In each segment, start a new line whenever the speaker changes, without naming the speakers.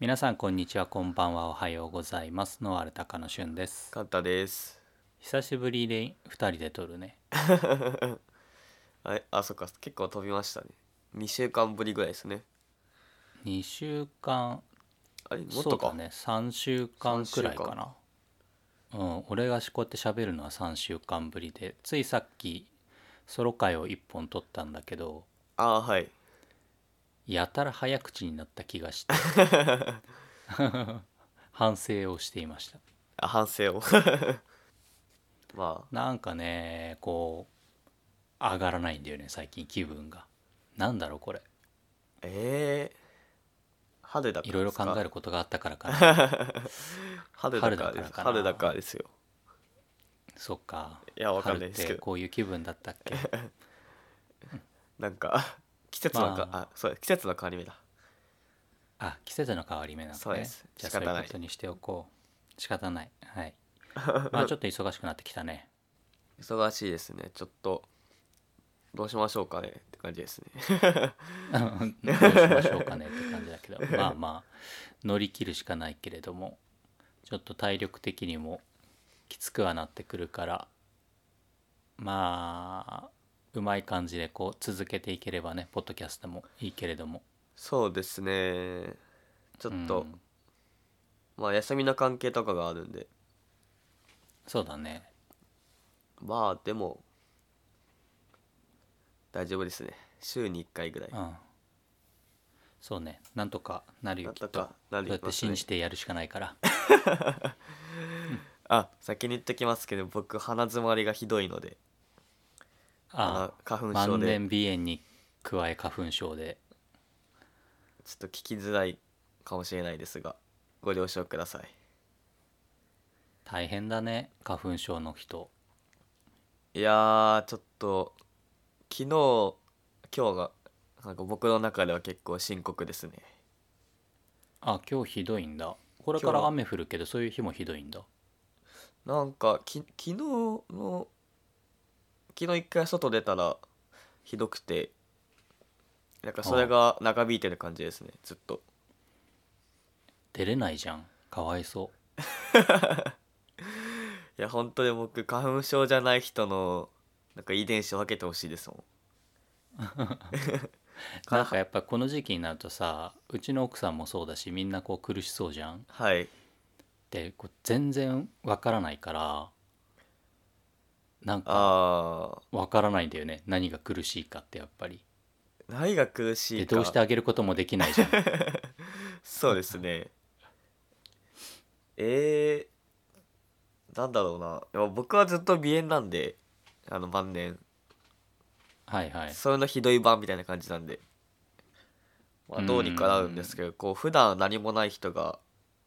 皆さんこんにちはこんばんはおはようございますノアルタカのしゅんです
カンタです。
久しぶりで2人で撮るね
あ、あ、そっか、結構飛びましたね。二週間ぶりぐらいですね。
2週間
あれ、もっ
そう
とか。
だね3週間くらいかなうん俺がしこうやって喋るのは3週間ぶりでついさっきソロ回を1本撮ったんだけど
あー、はい。
やたら早口になった気がして 反省をしていました
あ、反省を。 ま
なんかねこう上がらないんだよね最近気分がなんだろうこれ
あ、ええ春だから
いろいろ
ですか
考える。ことがあったからか な
春だからです。
春
春
だ
だ
か
かららですよ。
そっか
いやわかんないですけど
春ってこういう気分だったっけ
なんか 季節のか、
ま
あ、そうだ季節の変わり目だ。
あ季節の変わり目なんだ
そう
ね
です
じゃあ
仕
そう
方
い
ないう
ことにしておこう仕方ないはい まあちょっと忙しくなってきたね
忙しいですね。ちょっとどうしましょうかねって感じですね。
うんどうしましょうかねって感じだけど まあまあ乗り切るしかないけれどもちょっと体力的にもきつくはなってくるからまあうまい感じでこう続けていければねポッドキャストもいいけれども
そうですね。ちょっと、
うん
まあ休みの関係とかがあるんで、
そうだね
まあでも大丈夫ですね週に1回ぐらい
うんそうねなんとかなるよ
なん
きっ
と
と
かな
そう
り
やっ
ま
て
す
信
ね
じてやるしかない から
あ先に言ってきますけど僕鼻詰まりがひどいので
あ
あ花粉症
万
で
年鼻炎に加え花粉症で
ちょっと聞きづらいかもしれないですがご了承ください
大変だね花粉症の人
いやーちょっと昨日今日がなんか僕の中では結構深刻ですね
あ今日ひどいんだこれか
今日
ら
は
雨降るけどそういう日もひどいんだ
なんかき昨日の昨日一回外出たらひどくてなんかそれが長引いてる感じですねずっと
出れないじゃんかわいそ
いや本当に僕花粉症じゃない人のなんか遺伝子を分けてほしいですもん
うなんかやっぱこの時期になるとさうちの奥さんもそうだしみんなこう苦しそうじゃん
はい
でこう全然わからないからなんか
あ
わからないんだよね何が苦しいかってやっぱり
ー何が苦し
で
いか
どうしてあげることもできないじ ゃん
そうですねえー、なんだろうないや僕はずっと鼻炎なんであの晩年
はいはい
それのひどい版みたいな感じなんで、まあ、どうにかなるんですけどこう普段何もない人が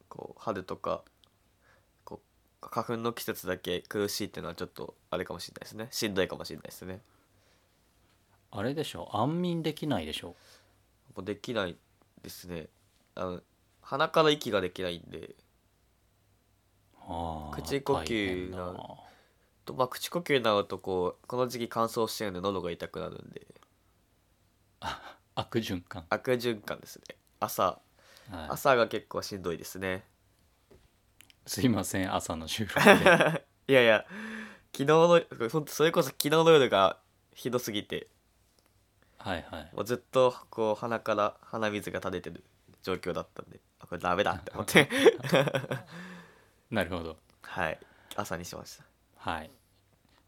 こう春とかこう花粉の季節だけ苦しいっていうのはちょっとあれかもしれないですねしんどいかもしれないですね
あれでしょ安眠できないでしょ
もうできないですねあの鼻から息ができないんで
あー
口呼吸
大変だな
なと、まあ、口呼吸になるとこうこの時期乾燥してるんで喉が痛くなるんで
悪循環、
悪循環ですね朝
はい
朝が結構しんどいですね
すいません朝の収録 で
いやいや昨日のほんとそれこそ昨日の夜がひどすぎて
はいはい
もうずっとこう鼻から鼻水が垂れてる状況だったんであこれダメだって思って
なるほど
はい朝にしました
はい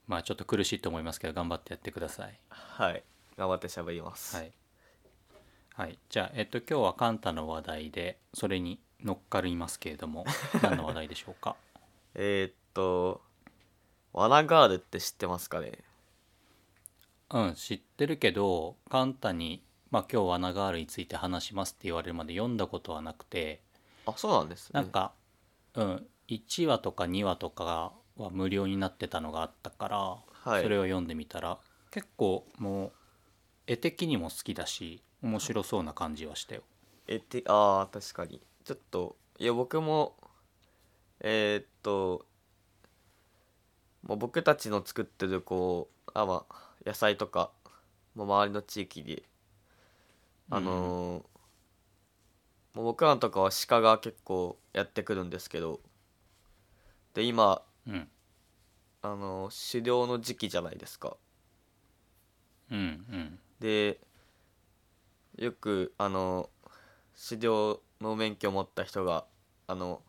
まあちょっと苦しいと思いますけど頑張ってやってください
はい頑張って喋ります、
はい、はい、じゃあえっと今日はカンタの話題でそれに乗っかりますけれど も何の話題でしょうか
えー、っとワナガールって知ってますかね
うん知ってるけどカンタに「まあ、今日はナガールについて話します」って言われるまで読んだことはなくて
あそうなんですね
なんか、うん、1話とか2話とかは無料になってたのがあったから、
はい
それを読んでみたら結構もう絵的にも好きだし面白そうな感じはしたよ。
えてあー確かにちょっといや僕もえーっともう僕たちの作ってるこうあまあ野菜とかもう周りの地域であのーもう僕らのとかは鹿が結構やってくるんですけどで今
うん
あの狩猟の時期じゃないですか
うん
でよくあの狩猟の免許を持った人があの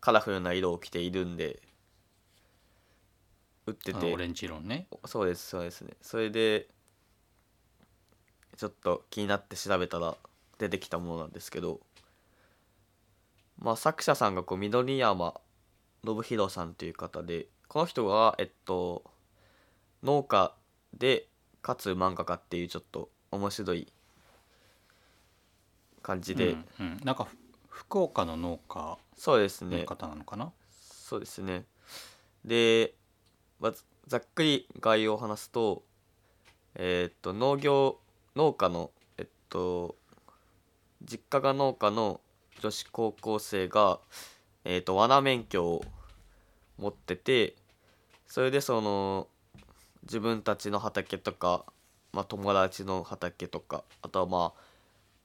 カラフルな色を着ているんで売って
うんあ
て
オレンジ色のね
そうですそうですねそれでちょっと気になって調べたら出てきたものなんですけどまあ作者さんがこう緑山信弘さんという方でこの人はえっと農家でかつ漫画家っていうちょっと面白い感じで、
うんうん、なんかふ福岡の農家
そうですね
の方なのかな、
そうですねで、まあ、ざざっくり概要を話すとえーっと農業農家のえっと実家が農家の女子高校生が、えーっと罠免許を持っててそれでその自分たちの畑とか、まあ、友達の畑とかあとはまあ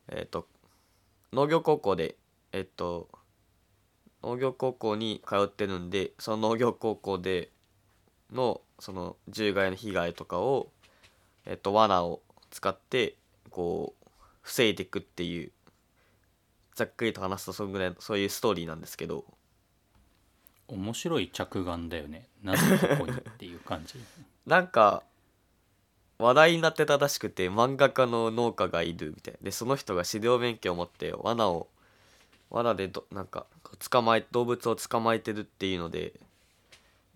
えーっと農業高校でえっと農業高校に通ってるんでその農業高校でのその獣害の被害とかを、えっと、罠を使ってこう防いでいくっていうざっくりと話すとそのぐらいのそういうストーリーなんですけど
面白い着眼だよねなぜここにっていう感 じ
なんか話題になってたらしくて漫画家の農家がいるみたいでその人が狩猟免許を持って罠を罠でどなんか捕まえ動物を捕まえてるっていうので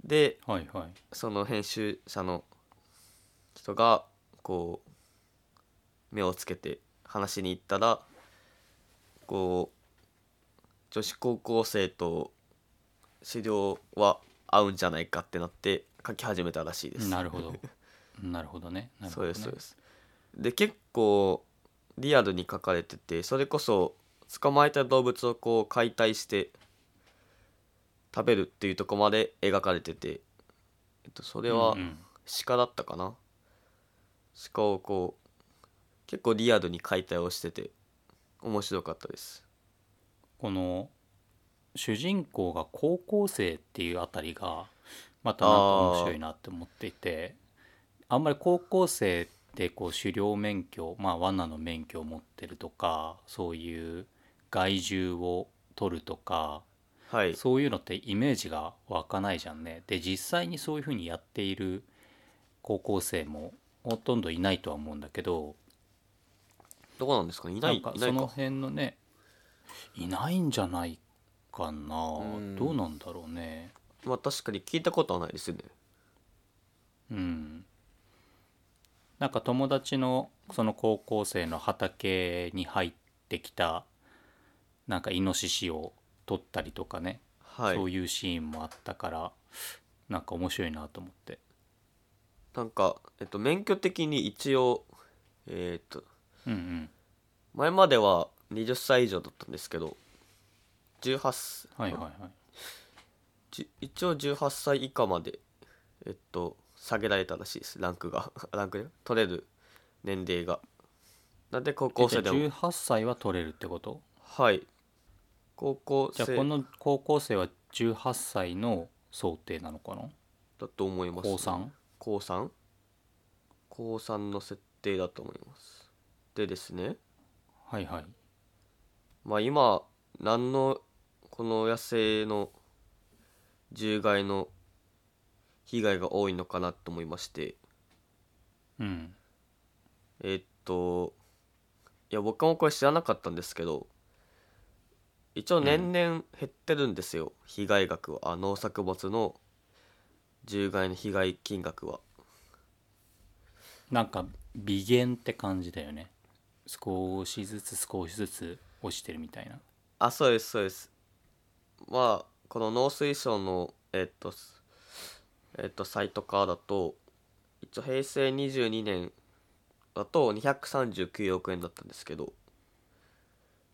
で
はいはい
その編集者の人がこう目をつけて話しに行ったらこう女子高校生と狩猟は合うんじゃないかってなって書き始めたらしいです。
なるほどなるほどねなる
そ
ほ
う
どね
ですそうです。で結構リアルに書かれててそれこそ捕まえた動物をこう解体して食べるっていうとこまで描かれてて、えっと、それは
うんうん
鹿だったかな、鹿をこう結構リアルに解体をしてて面白かったです
この主人公が高校生っていうあたりがまた
あ
なんか
ー
面白いなって思っていてあんまり高校生ってこう狩猟免許まあ罠の免許を持ってるとかそういう害獣を取るとか
はい
そういうのってイメージが湧かないじゃんね。で実際にそういうふうにやっている高校生もほとんどいないとは思うんだけど
どこなんですかねいない
んか
いない
その
か
辺のねいないんじゃないかな、
うん
どうなんだろうね
まあ確かに聞いたことはないですよね
うんなんか友達のその高校生の畑に入ってきたなんかイノシシを取ったりとかね、
はい
そういうシーンもあったからなんか面白いなと思って
なんか、えっと、免許的に一応えーっと
うんうん
前までは20歳以上だったんですけど18
はいはいはい
じ一応18歳以下までえっと下げられたらしいですランクが ランクね取れる年齢がなんで高校生で
じゃ
も
あ18歳は取れるってこと
はい高校
じゃあ
生
この高校生は18歳の想定なのかな
だと思います、
高 3?
高 3? 高3の設定だと思いますでですね
はいはい
まあ今何のこの野生の獣害の被害が多いのかなと思いまして
うん
えっといや僕もこれ知らなかったんですけど一応年々減ってるんですよ、被害額はあ農作物の獣害の被害金額は
なんか微減って感じだよね少しずつ少しずつ落ちてるみたいな
あそうですそうですまあこの農水省のえっとすえっとサイトからだと一応平成22年だと239億円だったんですけど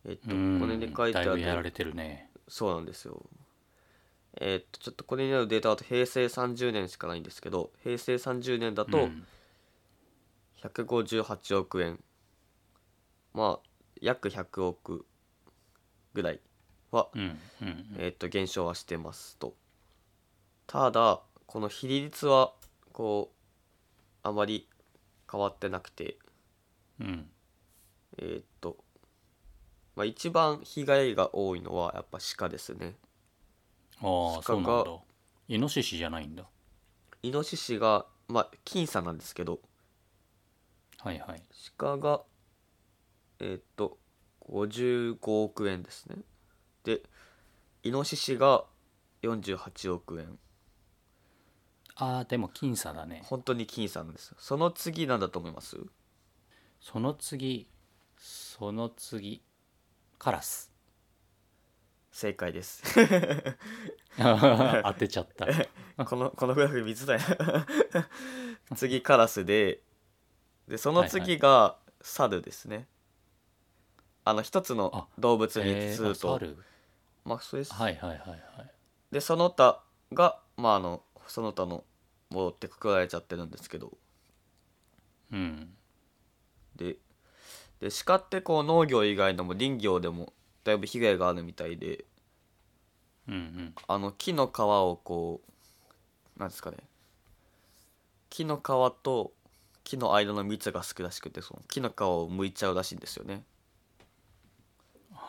えっと
うん
これで書いてあ
だいぶ
る
やられてるね
そうなんですよえっとちょっとこれにあるデータだと平成30年しかないんですけど平成30年だ
う
と
ん
158億円まあ約100億ぐらいは、
うんうん
えっと減少はしてますとただこの比率はこうあまり変わってなくて
うん
えっと、まあ、一番被害が多いのはやっぱ鹿ですね
ああ
鹿
そうなんだ
が
イノシシじゃないんだ
イノシシがまあ僅差なんですけど
はいはい
鹿がえーっと55億円ですねでイノシシが48億円
ああでも僅差だね
本当に僅差なんですよその次なんだと思います
その次その次カラ ス
正解です
当てちゃった
この このグラフ見づらいな次カラスででその次が猿ですね、あの一つの動物に
えー
数
あ
と、
猿
まあそうです
はいはいはいはい
でその他がまああのその他の戻ってくくられちゃってるんですけど
うん
でで鹿ってこう農業以外のも林業でもだいぶ被害があるみたいで
うんうん
あの木の皮をこうなんですかね木の皮と木の間の蜜が少なしくてその木の皮を剥いちゃうらしいんですよね
は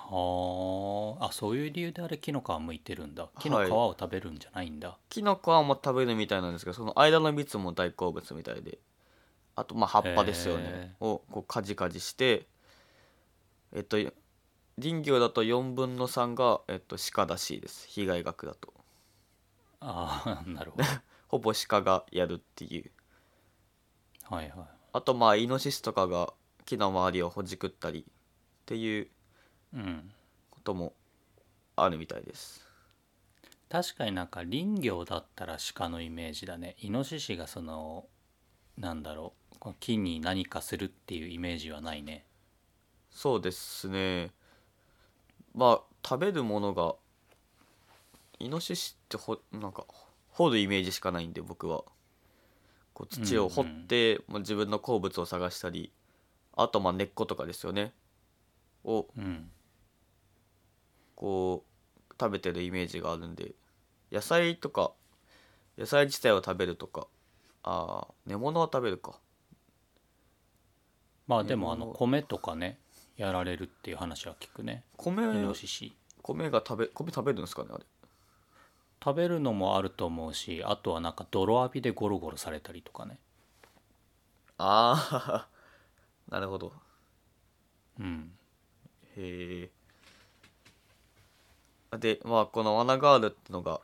ああそういう理由であれ木の皮むいてるんだ木の
はい
皮を食べるんじゃないんだ、
木の皮も食べるみたいなんですけどその間の蜜も大好物みたいであとまあ葉っぱですよね
へ、
をこうカジカジしてえっと林業だと4分の3が、えっと、鹿らしいです被害額だと
ああ なるほど
ほぼ鹿がやるっていう
はいは
あとまあイノシシとかが木の周りをほじくったりっていう
いうん
こともあるみたいです
確かになんか林業だったら鹿のイメージだねイノシシがそのなんだろうこの木に何かするっていうイメージはないね
そうですねまあ食べるものがイノシシってほなんか掘るイメージしかないんで僕はこう土を掘って、まあ、自分の好物を探したりあとまあ根っことかですよねを
うん
こう食べてるイメージがあるんで野菜とか野菜自体を食べるとかあー根物は食べるか
まあでもあ
ね
の
この
米とかねやられるっていう話は聞くね
米
イノシシ
米が食べ米食べるんですかねあれ
食べるのもあると思うしあとはなんか泥浴びでゴロゴロされたりとかね
ああ なるほど
うん
へえでまあこの「罠ガール」ってのが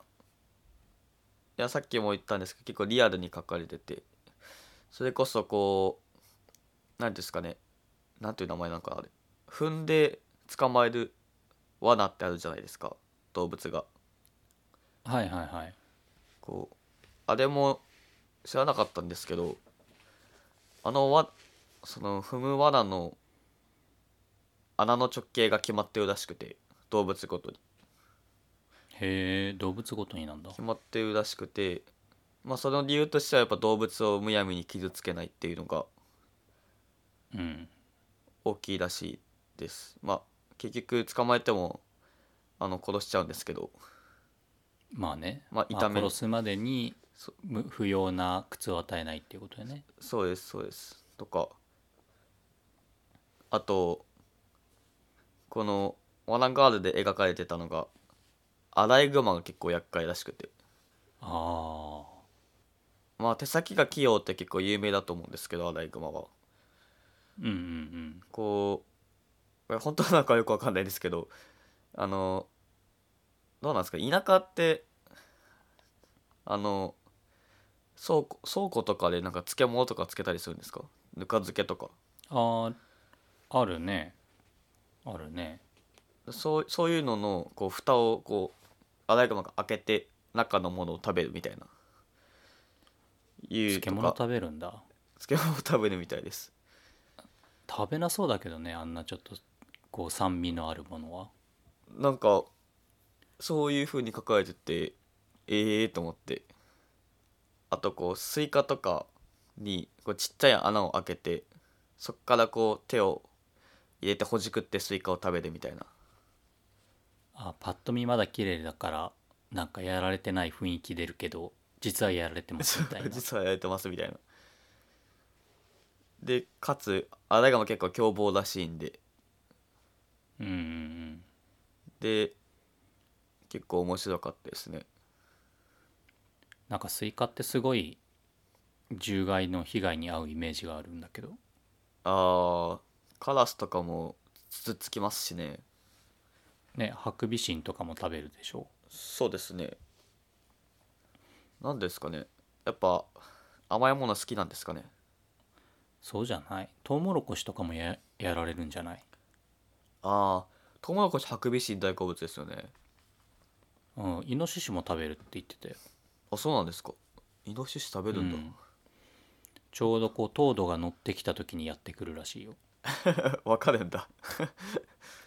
いやさっきも言ったんですけど結構リアルに書かれててそれこそこう何ですかねなんていう名前なんかあれ踏んで捕まえる罠ってあるじゃないですか動物が
はいはいはい
こうあれも知らなかったんですけどあのわその踏む罠の穴の直径が決まってるらしくて動物ごとに
へえ動物ごとになんだ
決まってるらしくてまあその理由としてはやっぱ動物をむやみに傷つけないっていうのが
うん
大きいらしいですまあ結局捕まえてもあの殺しちゃうんですけど
まあね、
まあ痛め
殺すまでに
そ
む不要な苦痛を与えないっていうことだよね
そうですそうですとかあとこの「ワナガール」で描かれてたのがアライグマが結構厄介らしくて
あ
まあ手先が器用って結構有名だと思うんですけどアライグマは
あうんうん
こうこれ本当なのかよくわかんないですけどあのどうなんですか田舎ってあの倉庫倉庫とかでなんか漬物とか漬けたりするんですかぬか漬けとか
うんあああるねあるね
そうそういうののこう蓋をこうアライグマが開けて中のものを食べるみたいないう
漬
と
物
か
食べるんだ
漬物を食べるみたいです
食べなそうだけどねあんなちょっとこう酸味のあるものは
なんかそういう風に書かれててええー、と思ってあとこうスイカとかにこうちっちゃい穴を開けてそっからこう手を入れてほじくってスイカを食べるみたいな
パッと見まだ綺麗だからなんかやられてない雰囲気出るけど実はやられてますみたいな
実はやれてますみたいなでかつアライガも結構凶暴らしいんで
うんうんうん
で結構面白かったですね
なんかスイカってすごい獣害の被害に遭うイメージがあるんだけど
あーカラスとかもつつつきますしね
ねハクビシンとかも食べるでしょ
そうですねなんですかねやっぱ甘いもの好きなんですかね
そうじゃないトウモロコシとかもややられるんじゃない、
ああトウモロコシハクビシン大好物ですよね
うん、イノシシも食べるって言ってたよ
あそうなんですかイノシシ食べるんだ、
うんちょうどこう糖度が乗ってきた時にやってくるらしいよ
わかるんだ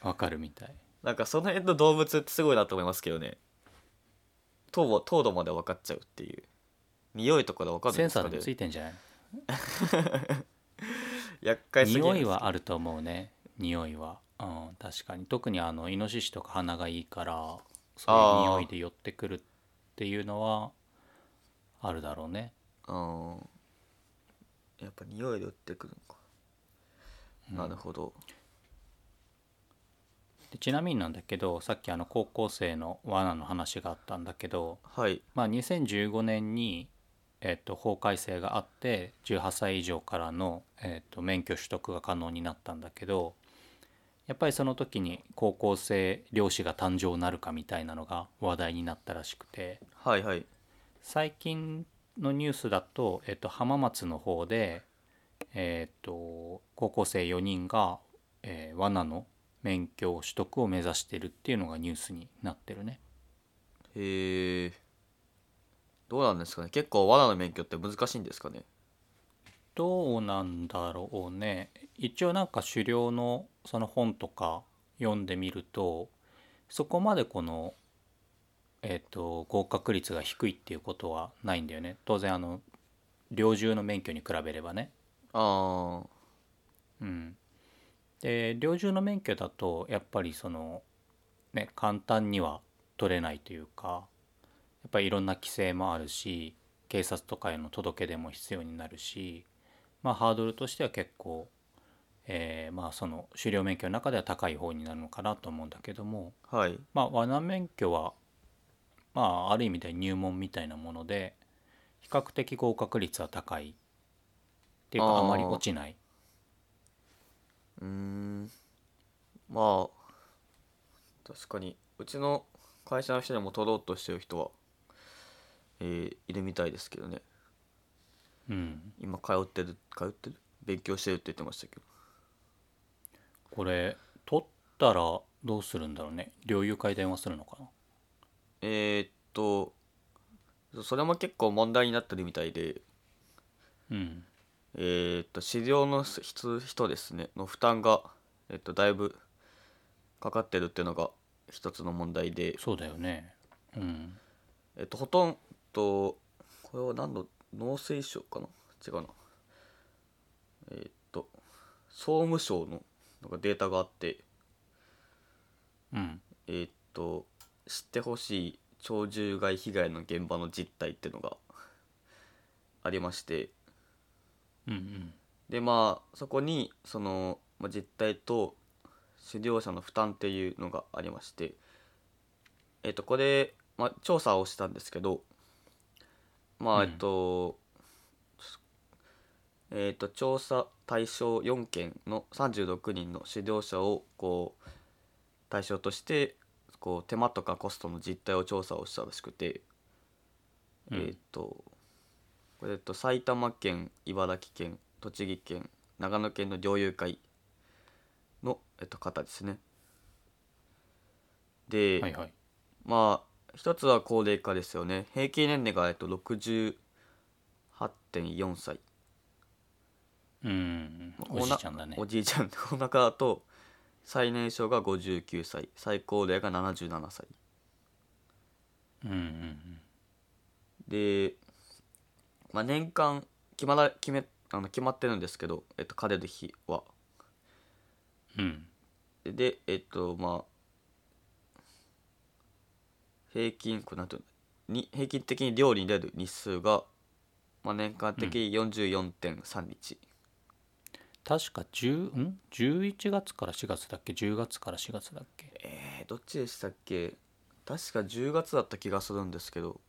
わかるみたい
なんかその辺の動物ってすごいなと思いますけどね糖度糖度まで分かっちゃうっていう匂いとかで分かるん
セ
で
ン
すか
サ
ね
ーでもついてんじゃない
厄介すぎる
匂いはあると思うね匂いは、うん、確かに特にあのイノシシとか鼻がいいからそういう匂いで寄ってくるっていうのはあるだろうね
うんやっぱ匂いで売ってくるのか、
うん
なるほど
でちなみになんだけどさっきあの高校生の罠の話があったんだけど、
はい
まあ、2015年に、えっと法改正があって18歳以上からの、えっと免許取得が可能になったんだけどやっぱりその時に高校生漁師が誕生なるかみたいなのが話題になったらしくて
はいはい
最近のニュースだと、えっと浜松の方で、えっと高校生4人が、えー罠の免許取得を目指してるっていうのがニュースになってるね。
へえどうなんですかね結構罠の免許って難しいんですかね
どうなんだろうね一応なんか狩猟のその本とか読んでみるとそこまでこの、えっと合格率が低いっていうことはないんだよね当然あの猟銃の免許に比べればね。
ああ
うん、で猟銃の免許だとやっぱりその、ね、簡単には取れないというかやっぱりいろんな規制もあるし警察とかへの届け出も必要になるし、まあ、ハードルとしては結構、えーまあ、その狩猟免許の中では高い方になるのかなと思うんだけども、
はい
まあ、罠免許は、まあ、ある意味で入門みたいなもので比較的合格率は高いっていうか
あ
あ
ー
まり落ちないう
ーんまあ確かにうちの会社の人でも取ろうとしてる人は、えーいるみたいですけどね
うん、
今通ってる通ってる勉強してるって言ってましたけど
これ取ったらどうするんだろうね猟友会電話するのかな
えー、っとそれも結構問題になってるみたいで
うん
えー、っと治療の人人ですねの負担が、えっとだいぶかかってるっていうのが一つの問題で
そうだよねうん
えっと、ほとんど、これは何の、農水省かな違うな。えっと、総務省のなんかデータがあって、
うん
えっと、知ってほしい鳥獣害被害の現場の実態っていうのがありまして、
うんうん
で、まあ、そこに、その、まあ、実態と狩猟者の負担っていうのがありまして、えっと、これ、まあ、調査をしたんですけど、まあ、
う
え
ん
っと、えっと、調査対象4件の36人の指導者を、こう、対象として、こう、手間とかコストの実態を調査をしたらしくて、
うん
えっと、これ、えっと、埼玉県、茨城県、栃木県、長野県の猟友会の、えっと、方ですね。で、
はいはい
まあ一つは高齢化ですよね平均年齢がえっと68.4歳
うん
まあ
おじいちゃんだね
おじいちゃん お腹だと最年少が59歳最高齢が77歳
うんうんうん
で、まあ、年間決まら決めあの決まってるんですけど、えっと、枯れる日は
うん
でえっとまあ平均こうなんていうのに平均的に漁に出る日数が、まあ、年間的に44.3日、
確か10ん11月から4月だっけ10月から4月だっけ
えー、どっちでしたっけ確か10月だった気がするんですけど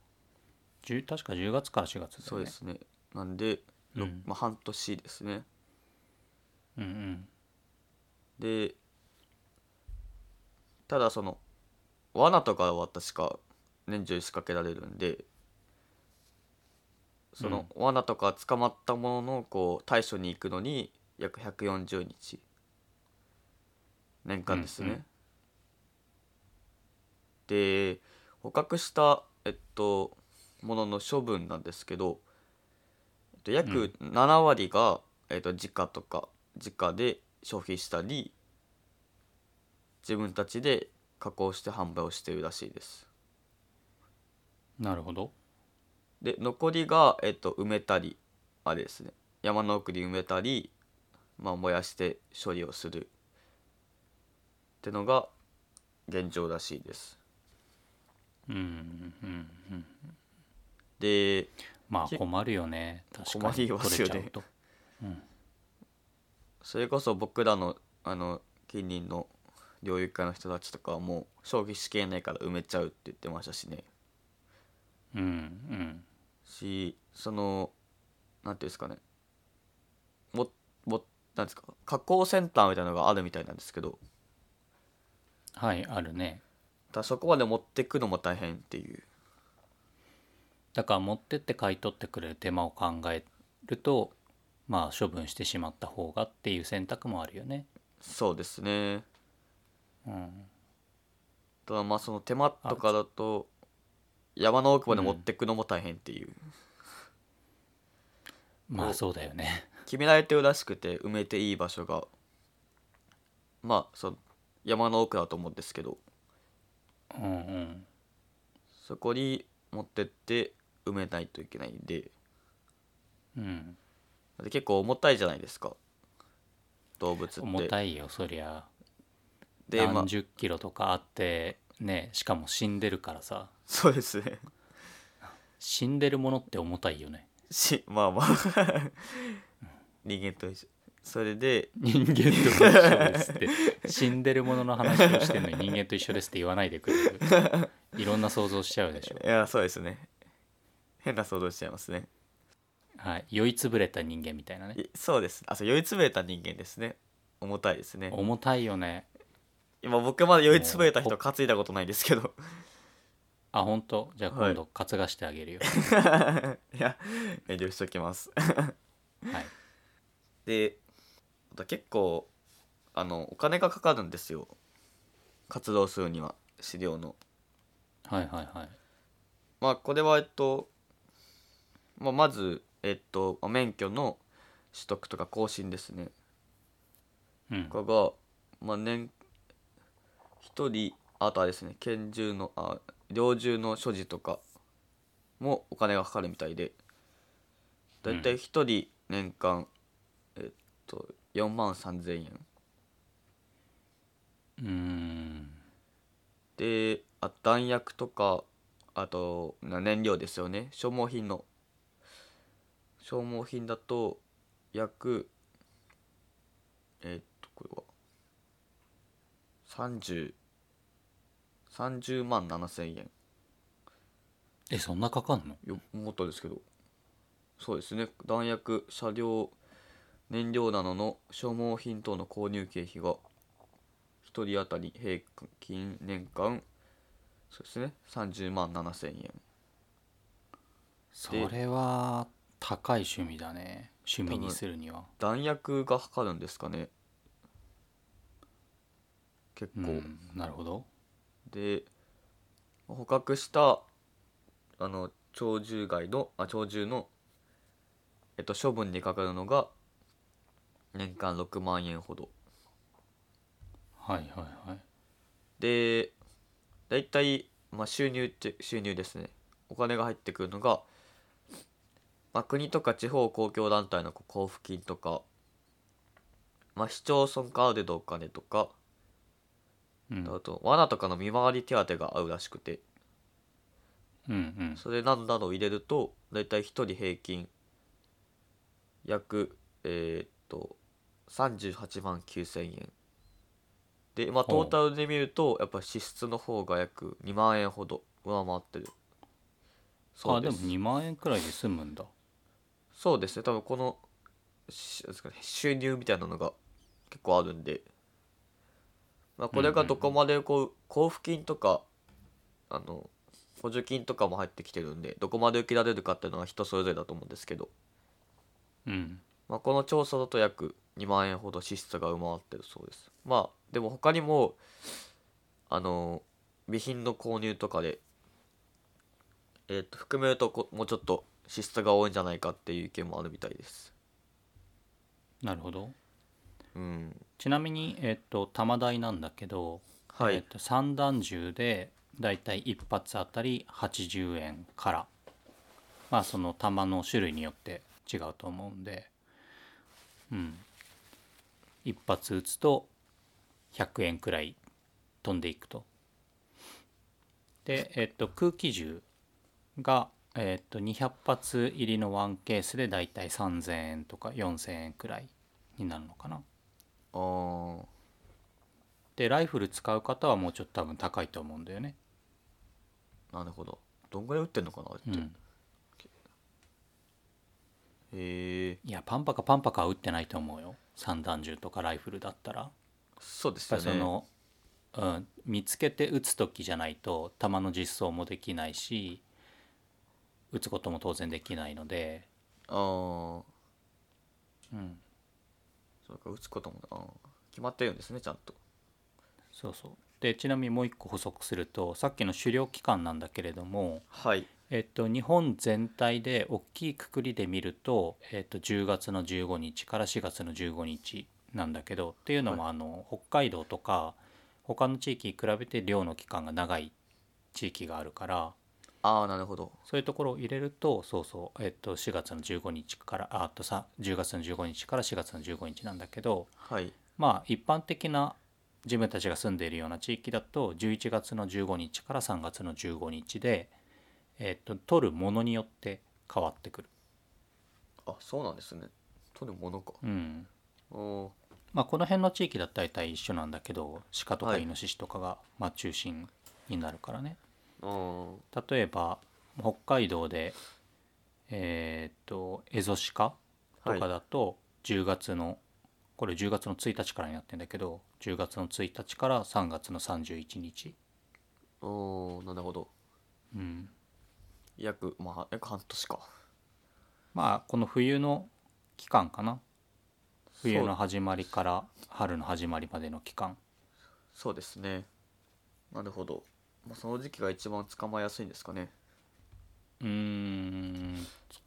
10確か10月から4月だよね
そうですねなんで、ろ
うん
まあ、半年ですね
うんうん
でただその罠とかは確か年中仕掛けられるんでその罠とか捕まったもののこう対処に行くのに約140日年間ですね。
うんうん
で捕獲したえっとものの処分なんですけど、えっと、約7割が、えっと、時価とか時価で消費したり自分たちで加工して販売をしているらしいです。
なるほど
で残りが、えっと、埋めたりあれですね山の奥に埋めたり、まあ、燃やして処理をするってのが現状らしいです
うんうんうん
で
まあ
き
困るよね確か
困
に
りますよね
取れちゃうと
それこそ僕らのあの近隣の領域の人たちとかはもう消費しきれないから埋めちゃうって言ってましたしね
うんうん
しそのなんていうんですかねももなんですか加工センターみたいなのがあるみたいなんですけど
はいあるね
ただそこまで持ってくのも大変っていう
だから持ってって買い取ってくれる手間を考えるとまあ処分してしまった方がっていう選択もあるよね
そうですね
うん
ただまあその手間とかだと山の奥まで持ってくのも大変っていう、
ま
お
あそうだよね
決められてるらしくて埋めていい場所がまあその山の奥だと思うんですけど
うんうん
そこに持ってって埋めないといけないんで
うん
で結構重たいじゃないですか動物って
重たいよそりゃ
でまあ
何十キロとかあってねしかも死んでるからさ
そうですね
死んでるものって重たいよね
しまあま あ人間と一緒それで
人間と一緒ですって 死んでるものの話をしてるのに人間と一緒ですって言わないでくれ るいろんな想像しちゃうでしょ
いやそうですね変な想像しちゃいますね
はい酔いつぶれた人間みたいなね
いそうですあそう酔いつぶれた人間ですね重たいですね
重たいよね
今僕まだ酔いつぶれた人
もう
担いだことないですけど
あ本当じゃあ
はい
今度担がしてあげ るよ
いや遠慮しときます
はい
であと結構あのお金がかかるんですよ活動するには資料の
はいはいはい
まあこれはえっと、まあ、まずえっと免許の取得とか更新ですね
うん
これが、まあ、年一人あとはですね拳銃のあ猟銃の所持とかもお金がかかるみたいでだいたい一人年間、えっと4万3,000円
うーん
であ弾薬とかあとな燃料ですよね消耗品の消耗品だと約えーっとこれは3030万7000円
えそんなかかんの
よもっとですけどそうですね弾薬車両燃料などの消耗品等の購入経費が1人当たり平均年間そうですね30万7000円
それは高い趣味だね趣味にするには
弾薬がかかるんですかね結
う
構、
んなるほど
で捕獲したあの鳥獣害のあ鳥獣の、えっと、処分にかかるのが年間6万円ほど
はいはいはい
で大体、まあ、収入って収入ですねお金が入ってくるのが、まあ、国とか地方公共団体のこう交付金とか、まあ、市町村から出るお金とか
うん
あと罠とかの見回り手当が合うらしくて
うん
それなんだのを入れるとだいたい1人平均約えーっと38万9,000円でまあ
ほう
トータルで見るとやっぱ支出の方が約2万円ほど上回ってる
うん
そ
あ
う
で
で
も
す
2万円くらいで済むんだ
そうですね多分このしですかね収入みたいなのが結構あるんで、まあ、これがどこまでこう交付金とかあの補助金とかも入ってきてるんでどこまで受けられるかっていうのは人それぞれだと思うんですけど、
うん
まあ、この調査だと約2万円ほど支出が上回ってるそうですまあでも他にもあの備品の購入とかでえっ、と含めるとこもうちょっと支出が多いんじゃないかっていう意見もあるみたいです
なるほど
うん
ちなみにえっと玉台なんだけど、
はい、
えっと三段銃でだいたい1発当たり80円からまあその弾の種類によって違うと思うんでうん1発撃つと100円くらい飛んでいくとで、えっと、空気銃が、えっと、200発入りのワンケースでだいたい3000円とか4000円くらいになるのかな
あー
でライフル使う方はもうちょっと多分高いと思うんだよね、
なるほどどんぐらい打ってんのかなあれって、へえ
いやパンパかパンパかは打ってないと思うよ散弾銃とかライフルだったらやっ
そうです
ぱ
よ
り
ね
その、うん、見つけて撃つ時じゃないと弾の実装もできないし撃つことも当然できないので、
ああ
うん、
そうか打つこともあー決まってるんですねちゃんと
そうそうでちなみにもう一個補足するとさっきの狩猟期間なんだけれども、
はい
えっと、日本全体で大きいくくりで見ると、えっと、10月の15日から4月の15日なんだけどっていうのも、あの北海道とか他の地域に比べて漁の期間が長い地域があるから
ああなるほど
そういうところを入れるとそうそう、えっと、4月の15日からああとさ10月の15日から4月の15日なんだけど
はい
まあ一般的な自分たちが住んでいるような地域だと11月の15日から3月の15日で、えっと取るものによって変わってくる、
あそうなんですね取るものか
うん
おー
まあ、この辺の地域だったら大体一緒なんだけど鹿とか
はい
イノシシとかがまあ中心になるからね、
あー
例えば北海道でえっとエゾシカとか
はい
だと10月の、これ10月の1日からになってんだけど10月の1日から3月の31日、
おーなるほど
うん、
約まあ約半年か
まあこの冬の期間かな冬
そ
の
う
始まりから春の始まりまでの期間
そうですねなるほど、まあ、その時期が一番捕まえやすいんですかね
うーん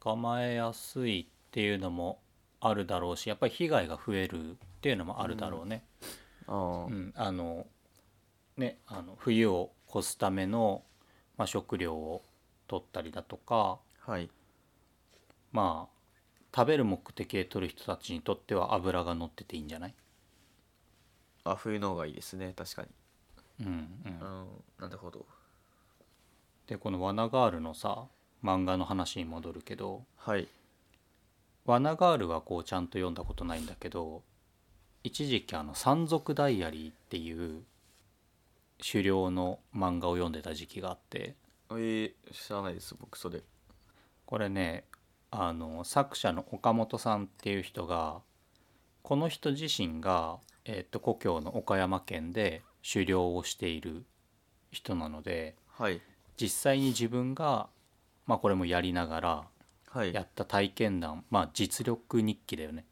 捕まえやすいっていうのもあるだろうしやっぱり被害が増えるっていうのもあるだろうね、
ああ、
うんあのねあの冬を越すための、まあ、食料を取ったりだとか
はい
まあ食べる目的で取る人たちにとっては油が乗ってていいんじゃない、
あ冬の方がいいですね確かに
うんうん
うんなるほど
でこの「ワナガール」のさ漫画の話に戻るけど
はい
「ワナガール」はこうちゃんと読んだことないんだけど一時期あの「山賊ダイアリー」っていう狩猟の漫画を読んでた時期があって
えー、知らないです僕それ
これねあの作者の岡本さんっていう人がこの人自身が、えっと故郷の岡山県で狩猟をしている人なので
はい
実際に自分が、まあ、これもやりながら
はい
やった体験談まあ実力日記だよね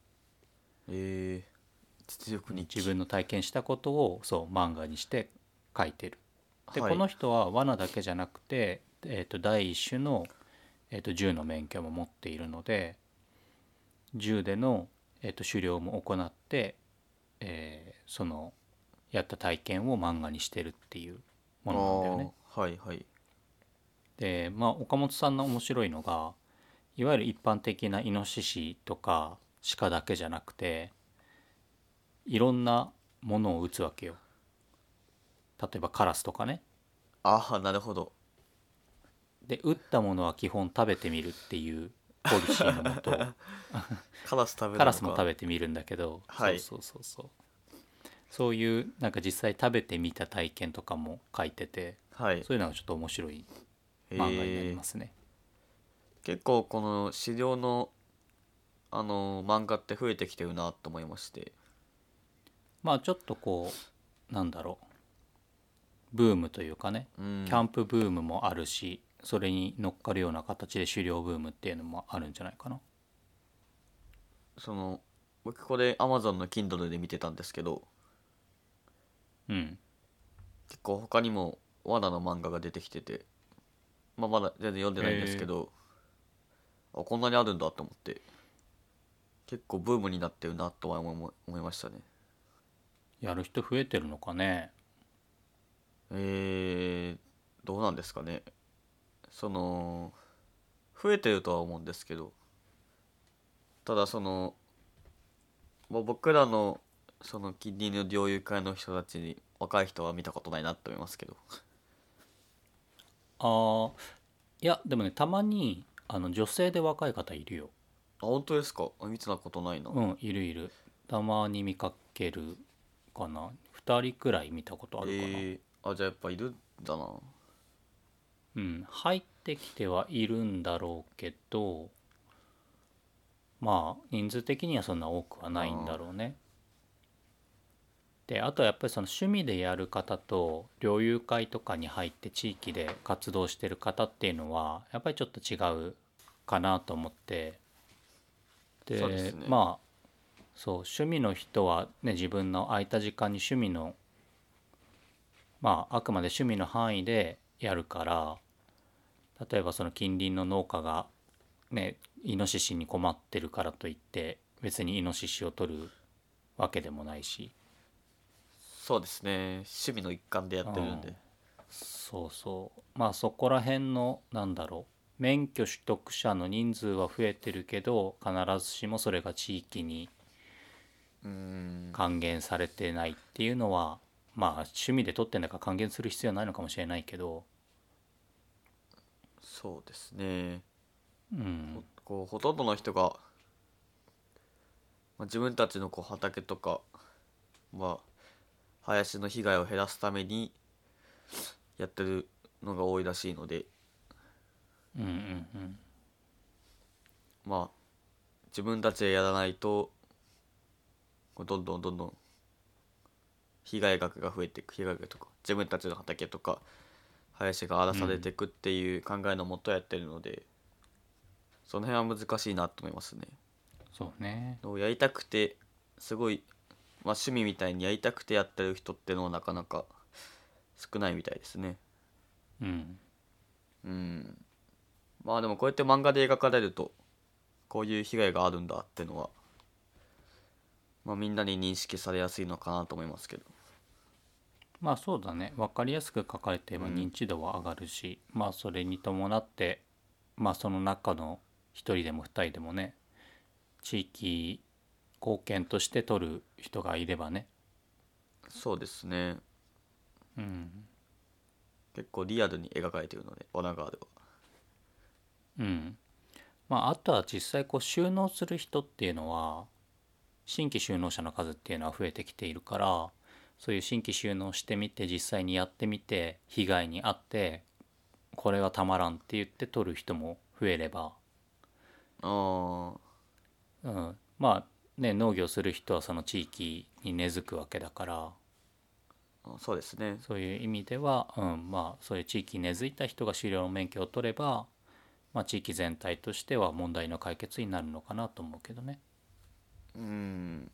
えー、実力に
自分の体験したことをそう漫画にして書いてるで、
はい、
この人は罠だけじゃなくて、えー、と第一種の、えー、と銃の免許も持っているので銃での、えー、と狩猟も行って、えーそのやった体験を漫画にしてるっていうものなんだよね。
あーはいはい
でまあ岡本さんの面白いのがいわゆる一般的なイノシシとか鹿だけじゃなくていろんなものを撃つわけよ例えばカラスとかね
ああなるほど
で打ったものは基本食べてみるっていうポリシーのも と
カラス食べるのか
カラスも食べてみるんだけど、
はい
そうそうそうそうそういうなんか実際食べてみた体験とかも書いてて
はい
そういうのがちょっと面白い
へ
漫画になりま
ー
すね、
結構この資料のあの漫画って増えてきてるなと思いまして
まあちょっとこうなんだろうブームというかね
うん
キャンプブームもあるしそれに乗っかるような形で狩猟ブームっていうのもあるんじゃないかな
その僕これ Amazon の Kindle で見てたんですけど
うん
結構他にも罠の漫画が出てきてて、まあ、まだ全然読んでないんですけどあこんなにあるんだと思って結構ブームになってるなとは思い思いましたね
やる人増えてるのかね
えー、どうなんですかねその増えてるとは思うんですけどただその、まあ、僕らのその近隣の猟友会の人たちに若い人は見たことないなと思いますけど
あーいやでもねたまにあの女性で若い方いるよ
あ本当ですかあ見てたことないな、
うんいるいるたまに見かけるかな2人くらい見たことあるかな、
えーあじゃあやっぱいるんだな
うん入ってきてはいるんだろうけどまあ人数的にはそんな多くはないんだろうねであとはやっぱりその趣味でやる方と猟友会とかに入って地域で活動してる方っていうのはやっぱりちょっと違うかなと思ってで
そうですね
まあそう趣味の人はね自分の空いた時間に趣味のまああくまで趣味の範囲でやるから例えばその近隣の農家がねイノシシに困ってるからといって別にイノシシを取るわけでもないし
そうですね趣味の一環でやってるんで、
うんそうそうまあそこら辺のなんだろう免許取得者の人数は増えてるけど必ずしもそれが地域に
うーん
還元されてないっていうのはまあ趣味で取ってんだから還元する必要はないのかもしれないけど、
そうですね
うん
ほ、こうほとんどの人が、まあ、自分たちのこう畑とか、まあ、林の被害を減らすためにやってるのが多いらしいので
うんうんうん
まあ自分たちでやらないとこうどんどんどんどん被害額が増えていく被害額とか自分たちの畑とか林が荒らされていくっていう考えのもとやってるので、その辺は難しいなと思いますね。
そうね
のやりたくてすごい、まあ、趣味みたいにやりたくてやってる人ってのはなかなか少ないみたいですね
うん
うんまあでもこうやって漫画で描かれるとこういう被害があるんだってのは、まあ、みんなに認識されやすいのかなと思いますけど
まあそうだね分かりやすく書かれてれば
うん
認知度は上がるし、まあそれに伴ってまあその中の一人でも二人でもね地域貢献として取る人がいればね、
そうですね
うん、
結構リアルに描かれてるので罠があれば
うん、まああとは実際こう収納する人っていうのは新規収納者の数っていうのは増えてきているからそういう新規収納してみて実際にやってみて被害に遭ってこれはたまらんって言って取る人も増えれば、
ああ
うん、まあね農業する人はその地域に根付くわけだから
あそうですね
そういう意味では、うん、まあそういう地域に根付いた人が狩猟の免許を取れば、まあ、地域全体としては問題の解決になるのかなと思うけどね。
うん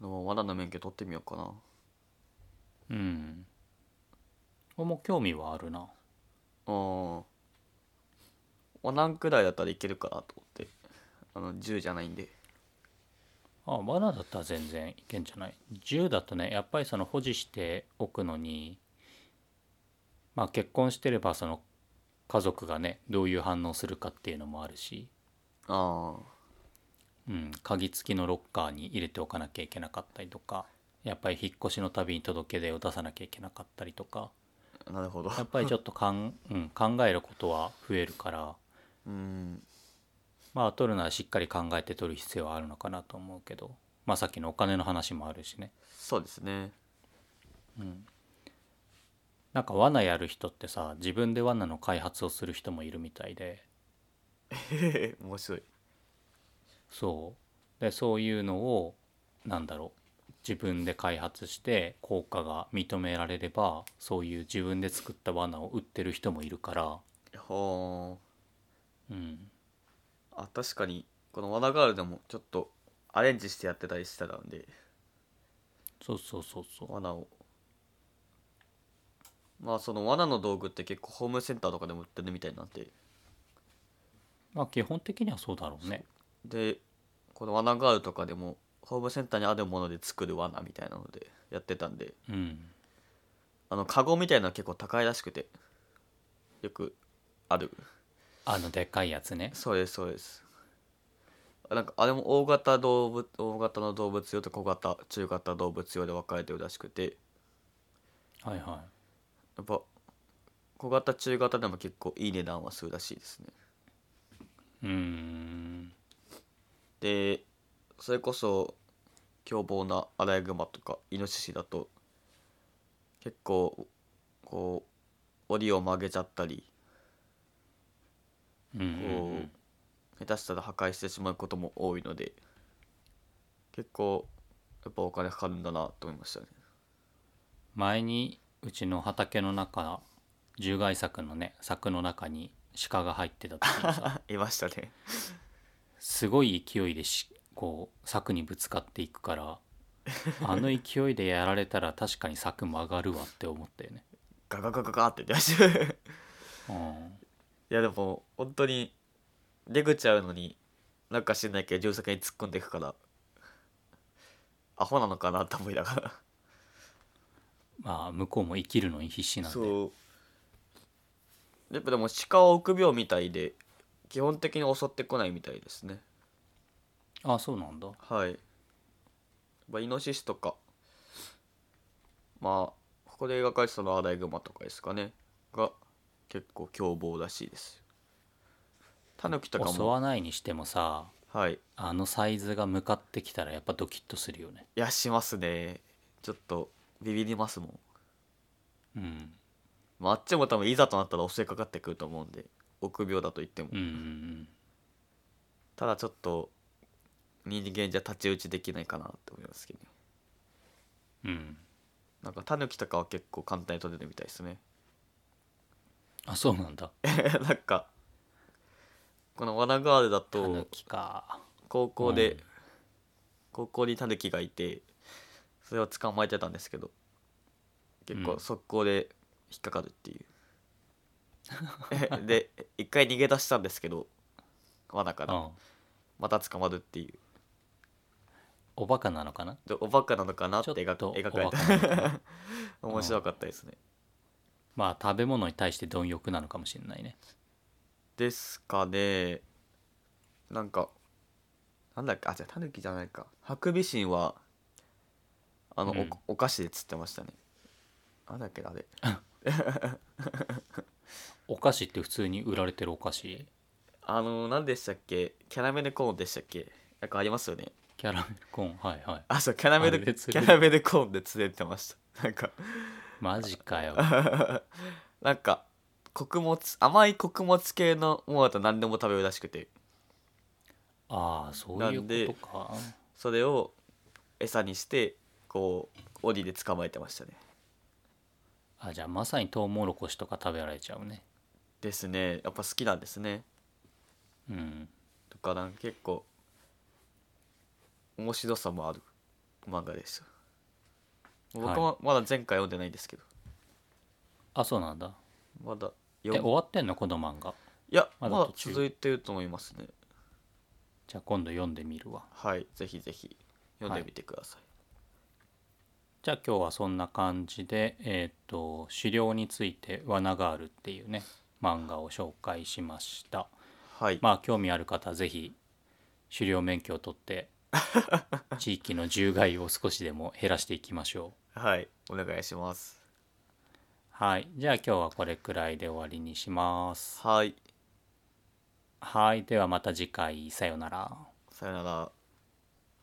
でも罠の免許取ってみようかな
うん。これも興味はあるな。
ああ何くらいだったらいけるかなと思ってあの10じゃないんで
あ、罠だったら全然いけんじゃない。銃だとね、やっぱりその保持しておくのに、まあ結婚してればその家族がね、どういう反応するかっていうのもあるし、
ああ
うん、鍵付きのロッカーに入れておかなきゃいけなかったりとか、やっぱり引っ越しのたびに届け出を出さなきゃいけなかったりとか、
なるほど
やっぱりちょっとかん、 うん、考えることは増えるから
うん
まあ取るならしっかり考えて取る必要はあるのかなと思うけどまあさっきのお金の話もあるしね
そうですね
うんなんか罠やる人ってさ自分で罠の開発をする人もいるみたいで
へへへ 面白い
そうでそういうのをなんだろう自分で開発して効果が認められればそういう自分で作った罠を売ってる人もいるから、
ほ
うん、
ーあ確かにこの「ワナガール」でもちょっとアレンジしてやってたりしてたんで
そうそうそうそう
罠をまあその罠の道具って結構ホームセンターとかでも売ってるみたいなんで
まあ基本的にはそうだろうね
でこの「ワナガール」とかでもホームセンターにあるもので作る罠みたいなのでやってたんで
うん
あのカゴみたいなの結構高いらしくてよくある
あのでっかいやつね
そうですそうですなんかあれも大型動物大型の動物用と小型中型動物用で分かれてるらしくて
はいは
やっぱ小型中型でも結構いい値段はするらしいですね
いうーん
でそれこそ凶暴なアライグマとかイノシシだと結構こう檻を曲げちゃったり
うんうんう
こ
ん
う下手したら破壊してしまうことも多いので結構やっぱお金かかるんだなと思いましたね
前にうちの畑の中獣害柵のね柵の中に鹿が入ってた時にさ
いましたね
すごい勢いでしこう柵にぶつかっていくから あの勢いでやられたら確かに柵曲がるわって思ったよね。
ガガガガガって出ました い
うん、
やでも本当に出口あるのになんか知んないけど住作に突っ込んでいくからアホなのかなと思いなが
まあ向こうも生きるのに必死
ら
なんで
そうやっぱでも鹿は臆病みたいで基本的に襲ってこないみたいですね
あそうなんだ
はい。まあ、イノシシとか、まあ、ここで描かれてたのはアライグマとかですかね、が結構凶暴らしいです。タヌキとか
襲
も、
わないにしてもさ
はい。い
あのサイズが向かってきたらやっぱドキッとするよね。
や、しますね。ちょっと、ビビりますもん。
うん
まあ、あっちも多分、いざとなったら襲いかかってくると思うんで、臆病だと言っても
うん。うんうん
ただちょっと、人間じゃ太刀打ちできないかなって思いますけどね。
うん、
なんか、タヌキとかは結構簡単に取れるみたいですね。
あそうなんだ。
なんかこの「ワナガール」だ
タヌ
と
キか。
高校で、
うん
高校にタヌキがいてそれを捕まえてたんですけど結
う
構
ん
速攻で引っかかるっていう、で一回逃げ出したんですけど罠から
うん
また捕まるっていう
おバカなのかな
でおバカなのかなって
ちょ
描
っと
描かれ
おバカなの
た 面白かったですね
まあ食べ物に対して貪欲なのかもしれないね
ですかねなんかなんだっけあじゃあタヌキじゃないかハクビシンはあの、
うん
おお菓子で釣ってましたねなんだっけなあれ
お菓子って普通に売られてるお菓子
あの何でしたっけキャラメルコーンでしたっけなんかありますよね
キャラメルコーンはいはい
あそうキャラメル
あれで
キ
釣れる
ャラメルコーンで釣れてましたなんか
マジか よ
なんか穀物甘い穀物系のものだと何でも食べるらしくて
ああそう
なんで
いうことか
それを餌にしてこう檻で捕まえてましたね
あじゃあまさにトウモロコシとか食べられちゃうね
ですねやっぱ好きなんですね
うん
とかなんか結構面白さもある漫画でした僕
はい
はまだ前回読んでないんですけど、
あそうなんだ
まだ
え終
読む
わってんのこの漫画
いやま
ま
だ
だ途中
続いてると思いますね
じゃあ今度読んでみるわ
はいぜひぜひ読んでみてください、
じゃあ今日はそんな感じでえーっと狩猟について「罠ガール」っていうね漫画を紹介しました
はい、
まあ興味ある方はぜひ狩猟免許を取って 地域の獣害を少しでも減らしていきましょ
はいお願いします
う。はいじゃあ今日はこれくらいで終わりにします
はい
はいではまた次回さようなら
さよなら